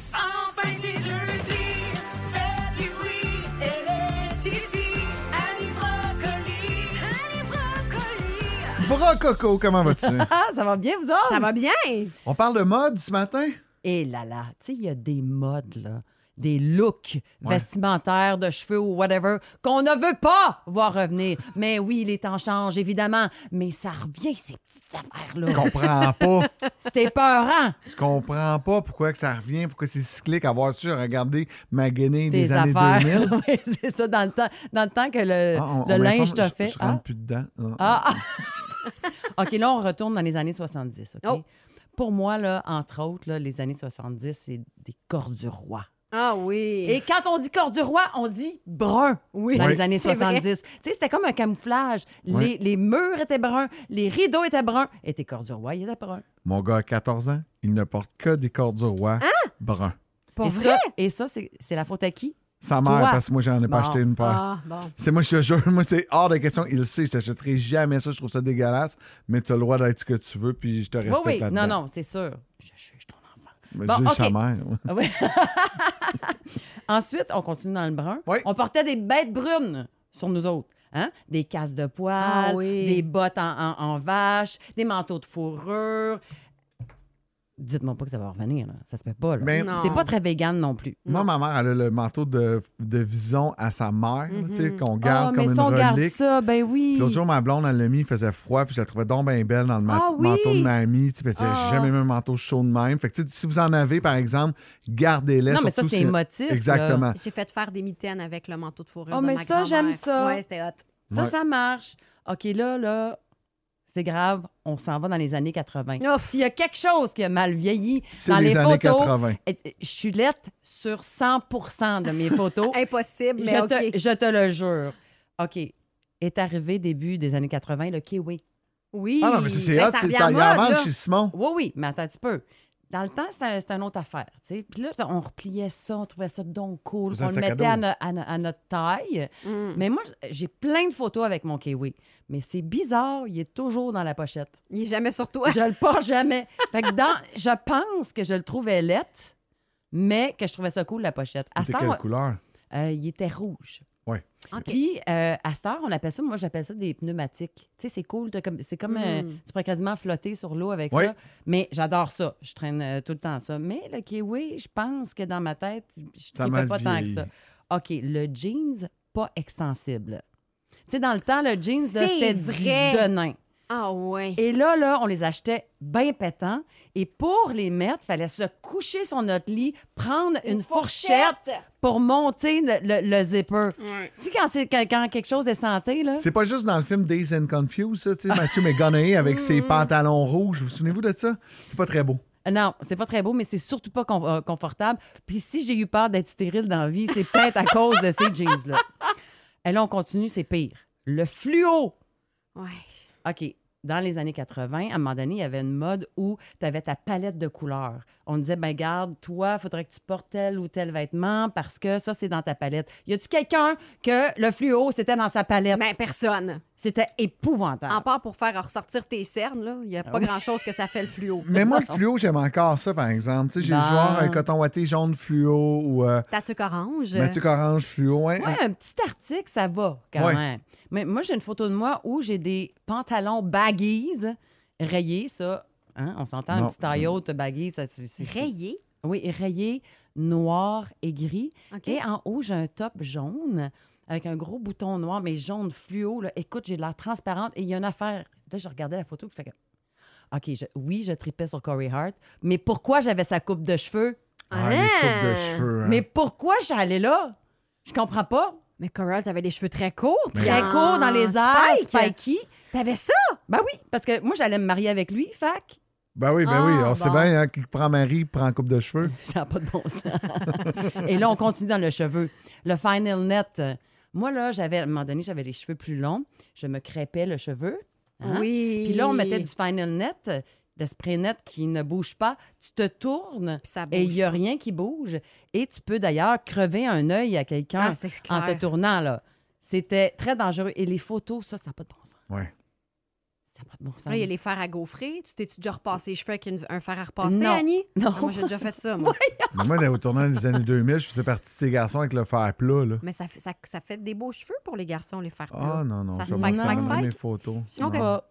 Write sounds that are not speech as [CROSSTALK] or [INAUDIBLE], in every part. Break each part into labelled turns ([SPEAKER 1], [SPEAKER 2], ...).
[SPEAKER 1] Demain c'est jeudi, faites du bruit, elle est ici, Annie Brocoli. Annie Brocoli.
[SPEAKER 2] Brococo, comment [LAUGHS] vas-tu?
[SPEAKER 3] Ah, ça va bien, vous autres?
[SPEAKER 4] Ça va bien?
[SPEAKER 2] On parle de mode ce matin?
[SPEAKER 3] Et là là, tu sais, il y a des modes, là, des looks vestimentaires, de cheveux ou whatever, qu'on ne veut pas
[SPEAKER 2] [LAUGHS]
[SPEAKER 3] voir revenir. Mais oui, les temps changent, évidemment, mais ça revient, ces petites affaires-là.
[SPEAKER 2] Je comprends pas.
[SPEAKER 3] C'était peurant.
[SPEAKER 2] Je comprends pas pourquoi que ça revient, pourquoi c'est cyclique. Avoir su regarder ma guenille [LAUGHS] des,
[SPEAKER 3] Tes
[SPEAKER 2] années
[SPEAKER 3] affaires. [LAUGHS]
[SPEAKER 2] 2000.
[SPEAKER 3] Oui, c'est ça, dans le temps, dans le temps que le,
[SPEAKER 2] Ah, on-
[SPEAKER 3] le
[SPEAKER 2] on
[SPEAKER 3] linge
[SPEAKER 2] m'informe,
[SPEAKER 3] te
[SPEAKER 2] je-
[SPEAKER 3] fait.
[SPEAKER 2] Je
[SPEAKER 3] Ah.
[SPEAKER 2] rentre plus dedans. Ah.
[SPEAKER 3] Ah, ah. [LAUGHS] OK, là, on retourne dans les années 70. OK?
[SPEAKER 4] Oh.
[SPEAKER 3] Pour moi, là, entre autres, là, les années 70, c'est des corps du roi.
[SPEAKER 4] Ah oui.
[SPEAKER 3] Et quand on dit corps du roi, on dit brun
[SPEAKER 4] Oui.
[SPEAKER 3] dans
[SPEAKER 2] Oui.
[SPEAKER 3] les années
[SPEAKER 4] C'est vrai.
[SPEAKER 3] 70. Tu sais, c'était comme un camouflage. Les,
[SPEAKER 2] Oui.
[SPEAKER 3] les murs étaient bruns, les rideaux étaient bruns, et tes corps du roi, ils étaient bruns.
[SPEAKER 2] Mon gars a 14 ans, il ne porte que des cordes du roi
[SPEAKER 3] Ah!
[SPEAKER 2] brun.
[SPEAKER 3] et,
[SPEAKER 4] Pour
[SPEAKER 3] ça, et ça, c'est c'est la faute à qui?
[SPEAKER 2] Sa mère,
[SPEAKER 3] Toi.
[SPEAKER 2] parce que moi, j'en ai pas
[SPEAKER 3] Bon.
[SPEAKER 2] acheté une paire.
[SPEAKER 4] Ah, bon.
[SPEAKER 2] C'est moi, je te jure, moi, c'est hors de question. Il le sait, je t'achèterai jamais ça, je trouve ça dégueulasse, mais tu as le droit d'être ce que tu veux, puis je te respecte
[SPEAKER 3] oui, oui. Non,
[SPEAKER 2] là-dedans.
[SPEAKER 3] non, c'est sûr. Je juge ton enfant.
[SPEAKER 2] Mais
[SPEAKER 3] Bon,
[SPEAKER 2] juge sa
[SPEAKER 3] ok.
[SPEAKER 2] mère.
[SPEAKER 3] Ah oui. Ensuite, on continue dans le brun.
[SPEAKER 2] Oui.
[SPEAKER 3] On portait des bêtes brunes sur nous autres. Hein? Des casques de poils,
[SPEAKER 4] Ah oui.
[SPEAKER 3] des bottes en, en- en vache, des manteaux de fourrure. Dites-moi pas que ça va revenir. Là. Ça se fait pas. là.
[SPEAKER 2] Mais-
[SPEAKER 4] Non.
[SPEAKER 3] C'est pas très vegan non plus.
[SPEAKER 2] Moi, ma mère, elle a le manteau de, de vison à sa mère, là, tu sais, qu'on garde
[SPEAKER 3] Ah,
[SPEAKER 2] comme
[SPEAKER 3] mais
[SPEAKER 2] une
[SPEAKER 3] si on garde
[SPEAKER 2] relique.
[SPEAKER 3] ça, ben oui.
[SPEAKER 2] Puis L'autre jour, ma blonde, elle l'a mis, il faisait froid, puis je la trouvais donc bien belle dans le ma-
[SPEAKER 4] Ah oui!
[SPEAKER 2] manteau de mamie. Tu sais, puis elle disait,
[SPEAKER 4] Ah.
[SPEAKER 2] j'ai jamais mis un manteau chaud de même. Fait que, tu sais, si vous en avez, par exemple, gardez-les.
[SPEAKER 3] Non, mais ça,
[SPEAKER 2] surtout
[SPEAKER 3] c'est
[SPEAKER 2] si-
[SPEAKER 3] émotif, là.
[SPEAKER 2] Exactement.
[SPEAKER 4] J'ai fait faire des mitaines avec le manteau de fourrure.
[SPEAKER 3] Oh,
[SPEAKER 4] de
[SPEAKER 3] mais
[SPEAKER 4] ma
[SPEAKER 3] ça, j'aime
[SPEAKER 4] grand-mère.
[SPEAKER 3] ça.
[SPEAKER 4] Ouais, c'était hot.
[SPEAKER 3] Ça,
[SPEAKER 2] Ouais.
[SPEAKER 3] ça marche. OK, là, là, c'est grave. On s'en va dans les années 80.
[SPEAKER 4] Ouf.
[SPEAKER 3] S'il y a quelque chose qui a mal vieilli
[SPEAKER 2] C'est
[SPEAKER 3] dans
[SPEAKER 2] les,
[SPEAKER 3] les,
[SPEAKER 2] années
[SPEAKER 3] photos,
[SPEAKER 2] 80.
[SPEAKER 3] Et- et- Je suis lette sur 100 de
[SPEAKER 4] [LAUGHS]
[SPEAKER 3] mes photos.
[SPEAKER 4] Impossible, mais
[SPEAKER 3] Oh. je,
[SPEAKER 4] OK.
[SPEAKER 3] te, je te le jure. OK. Est arrivé début des années 80 le kiwi.
[SPEAKER 4] Oui.
[SPEAKER 2] Ah non, mais ça, c'est
[SPEAKER 4] Ben,
[SPEAKER 2] hot,
[SPEAKER 4] ça
[SPEAKER 2] c'est hein.
[SPEAKER 4] revient
[SPEAKER 2] il
[SPEAKER 4] en
[SPEAKER 2] y a
[SPEAKER 4] mode,
[SPEAKER 2] avant
[SPEAKER 4] là.
[SPEAKER 2] chez Simon.
[SPEAKER 3] Oui, oui, mais attends un petit peu. Dans le temps, c'était un- c'était une autre affaire. tu sais. Puis là, on repliait ça, on trouvait ça donc cool.
[SPEAKER 2] Faisais
[SPEAKER 3] On
[SPEAKER 2] un
[SPEAKER 3] le
[SPEAKER 2] sac à
[SPEAKER 3] mettait
[SPEAKER 2] dos.
[SPEAKER 3] à, no- à no- à notre taille.
[SPEAKER 4] Mm.
[SPEAKER 3] Mais moi, j'ai plein de photos avec mon kiwi. Mais c'est bizarre, il est toujours dans la pochette.
[SPEAKER 4] Il est jamais sur toi.
[SPEAKER 3] Je le porte jamais. Fait que dans, je pense que je le trouvais lette, mais que je trouvais ça cool, la pochette. À
[SPEAKER 2] C'était
[SPEAKER 3] cette heure,
[SPEAKER 2] quelle couleur?
[SPEAKER 3] Euh, il était rouge.
[SPEAKER 4] OK.
[SPEAKER 3] Puis, euh, à Star, on appelle ça, moi, j'appelle ça des pneumatiques. Tu sais, c'est cool. t'as comme- C'est comme, euh,
[SPEAKER 4] Mm.
[SPEAKER 3] tu pourrais quasiment flotter sur l'eau avec
[SPEAKER 2] Oui.
[SPEAKER 3] ça. Mais j'adore ça. Je traîne euh, tout le temps ça. Mais le kiwi, je pense que dans ma tête, je
[SPEAKER 2] Ça
[SPEAKER 3] ne
[SPEAKER 2] m'a
[SPEAKER 3] pas tant que ça.
[SPEAKER 2] vieilli.
[SPEAKER 3] OK, le jeans, pas extensible. Tu sais, dans le temps, le jeans, là,
[SPEAKER 4] C'est
[SPEAKER 3] c'était du-
[SPEAKER 4] vrai.
[SPEAKER 3] de nain.
[SPEAKER 4] Ah ouais.
[SPEAKER 3] Et là, là, on les achetait bien pétants. Et pour les mettre, fallait se coucher sur notre lit, prendre une, fourchette, pour monter le, le- le zipper. Tu sais, quand, c'est- quand, quand quelque chose est santé, là.
[SPEAKER 2] C'est pas juste dans le film Days and Confused, ça,
[SPEAKER 3] [LAUGHS]
[SPEAKER 2] tu sais, Mathieu McConaughey avec ses
[SPEAKER 3] Mm.
[SPEAKER 2] pantalons rouges. Vous vous souvenez-vous de ça? C'est pas très beau.
[SPEAKER 3] Euh, Non, c'est pas très beau, mais c'est surtout pas con- euh, confortable. Puis si j'ai eu peur d'être stérile dans la vie, c'est peut-être à cause de ces jeans-là. [LAUGHS] Et là, on continue, c'est pire. Le fluo.
[SPEAKER 4] Ouais.
[SPEAKER 3] OK. Dans les années 80, à un moment donné, il y avait une mode où tu avais ta palette de couleurs. On disait, ben garde, toi, faudrait que tu portes tel ou tel vêtement parce que ça, c'est dans ta palette. Y a-tu quelqu'un que le fluo, c'était dans sa palette?
[SPEAKER 4] Mais personne.
[SPEAKER 3] C'était épouvantable.
[SPEAKER 4] Ben,
[SPEAKER 2] Ah.
[SPEAKER 4] En part pour faire ressortir tes cernes, là, il n'y a pas grand-chose que ça fait le fluo.
[SPEAKER 2] Mais moi,
[SPEAKER 3] [LAUGHS]
[SPEAKER 2] le fluo, j'aime encore ça, par exemple. Tu sais, j'ai le
[SPEAKER 3] Bon.
[SPEAKER 2] genre un coton watté jaune fluo ou euh,
[SPEAKER 4] Ta tuque orange.
[SPEAKER 2] Mathieu orange fluo. hein?
[SPEAKER 3] Ouais, un petit article, ça va quand
[SPEAKER 2] Ouais.
[SPEAKER 3] même. Mais moi, j'ai une photo de moi où j'ai des pantalons baggies rayés, ça. Hein, on s'entend,
[SPEAKER 2] Non,
[SPEAKER 3] un petit
[SPEAKER 2] ça-
[SPEAKER 3] taille haute baggy, ça c'est- c'est-
[SPEAKER 4] Rayé.
[SPEAKER 3] Oui, rayé, noir et gris.
[SPEAKER 4] OK.
[SPEAKER 3] Et en haut, j'ai un top jaune avec un gros bouton noir, mais jaune fluo. là. Écoute, j'ai de l'air transparente et il y a une affaire. Là, je regardais la photo. puis je fais comme, OK, je- oui, je tripais sur Corey Hart, mais pourquoi j'avais sa coupe de cheveux?
[SPEAKER 2] Ah, les coupes de cheveux. hein.
[SPEAKER 3] Mais pourquoi j'allais là? Je comprends pas.
[SPEAKER 4] Mais Coral, t'avais les cheveux très courts. puis
[SPEAKER 3] Très
[SPEAKER 4] en
[SPEAKER 3] court dans les airs,
[SPEAKER 4] Oh, spike.
[SPEAKER 3] spiky.
[SPEAKER 4] T'avais ça?
[SPEAKER 3] Ben oui, parce que moi, j'allais me marier avec lui, fac.
[SPEAKER 2] Ben oui, ben oui, on
[SPEAKER 4] Ah,
[SPEAKER 2] sait
[SPEAKER 4] bon.
[SPEAKER 2] bien, hein, qui prend Marie, prend coupe de
[SPEAKER 3] [LAUGHS]
[SPEAKER 2] cheveux.
[SPEAKER 3] Ça n'a pas de bon sens. Et là, on continue dans le cheveu. Le final net. Moi, là, j'avais, à un moment donné, j'avais les cheveux plus longs. Je me crêpais le cheveu. hein.
[SPEAKER 4] Oui.
[SPEAKER 3] Puis là, on mettait du final net, le spray net qui ne bouge pas. Tu te tournes
[SPEAKER 4] Puis ça
[SPEAKER 3] et il
[SPEAKER 4] bouge.
[SPEAKER 3] n'y a rien qui bouge. Et tu peux d'ailleurs crever un œil à quelqu'un
[SPEAKER 4] Ah, c'est clair.
[SPEAKER 3] en te tournant, là. C'était très dangereux. Et les photos, ça, ça n'a pas de bon sens.
[SPEAKER 2] Ouais.
[SPEAKER 3] Ça n'a pas de bon sens.
[SPEAKER 4] Là, Ah, il y a les fers à gaufrer. Tu t'es-tu déjà repassé les cheveux avec une- un fer à repasser,
[SPEAKER 3] Non.
[SPEAKER 4] Annie?
[SPEAKER 3] Non. [LAUGHS]
[SPEAKER 4] Ah, moi, j'ai déjà fait ça, moi.
[SPEAKER 2] Mais moi, dans- au tournant des années 2000, je faisais partie de ces garçons avec le fer plat, là.
[SPEAKER 4] Mais ça, fait- ça, ça fait des beaux cheveux pour les garçons, les fers plats.
[SPEAKER 2] Ah non, non.
[SPEAKER 4] Ça
[SPEAKER 2] je
[SPEAKER 4] spike,
[SPEAKER 2] vais montrer
[SPEAKER 4] spike,
[SPEAKER 2] dans mes
[SPEAKER 4] spike.
[SPEAKER 2] photos.
[SPEAKER 3] Je sais
[SPEAKER 4] Ok.
[SPEAKER 3] pas.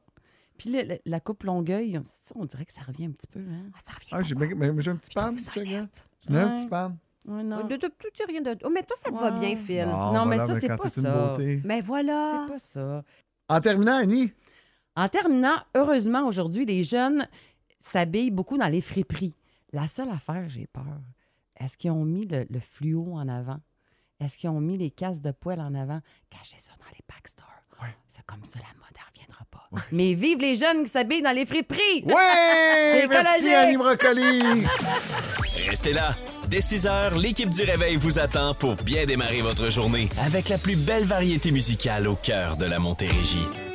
[SPEAKER 3] Puis le- le- la coupe longueuil, on, ça, on dirait que ça revient un petit peu. Hein?
[SPEAKER 4] Ah, ça revient
[SPEAKER 2] Ah, j'ai
[SPEAKER 4] beaucoup.
[SPEAKER 2] mais- mais j'ai un petit
[SPEAKER 4] Je
[SPEAKER 2] pan,
[SPEAKER 4] trouve
[SPEAKER 2] check,
[SPEAKER 4] ça
[SPEAKER 2] hein.
[SPEAKER 4] laid.
[SPEAKER 2] J'ai un
[SPEAKER 3] Ouais.
[SPEAKER 2] petit pan.
[SPEAKER 3] Ouais, non.
[SPEAKER 4] De- de- de- tu- rien de- Oh, mais toi, ça te va
[SPEAKER 3] Ouais.
[SPEAKER 4] bien, Phil.
[SPEAKER 2] Bon,
[SPEAKER 3] Non, mais ça, c'est
[SPEAKER 2] quand
[SPEAKER 3] pas
[SPEAKER 2] t'es
[SPEAKER 3] ça.
[SPEAKER 2] beauté.
[SPEAKER 4] Mais voilà.
[SPEAKER 3] C'est pas ça.
[SPEAKER 2] En terminant, Annie,
[SPEAKER 3] En terminant, heureusement, aujourd'hui, les jeunes s'habillent beaucoup dans les friperies. La seule affaire, j'ai peur, est-ce qu'ils ont mis le, le fluo en avant? Est-ce qu'ils ont mis les casques de poêle en avant? Cachez ça dans les backstores. C'est comme ça, la mode, elle reviendra pas. Mais vive les jeunes qui s'habillent dans les friperies!
[SPEAKER 2] Ouais!
[SPEAKER 3] [LAUGHS] Et
[SPEAKER 2] Merci,
[SPEAKER 3] collagé.
[SPEAKER 2] Annie
[SPEAKER 3] [LAUGHS]
[SPEAKER 2] Brocoli!
[SPEAKER 5] Restez là. Dès 6 heures, l'équipe du réveil vous attend pour bien démarrer votre journée avec la plus belle variété musicale au cœur de la Montérégie.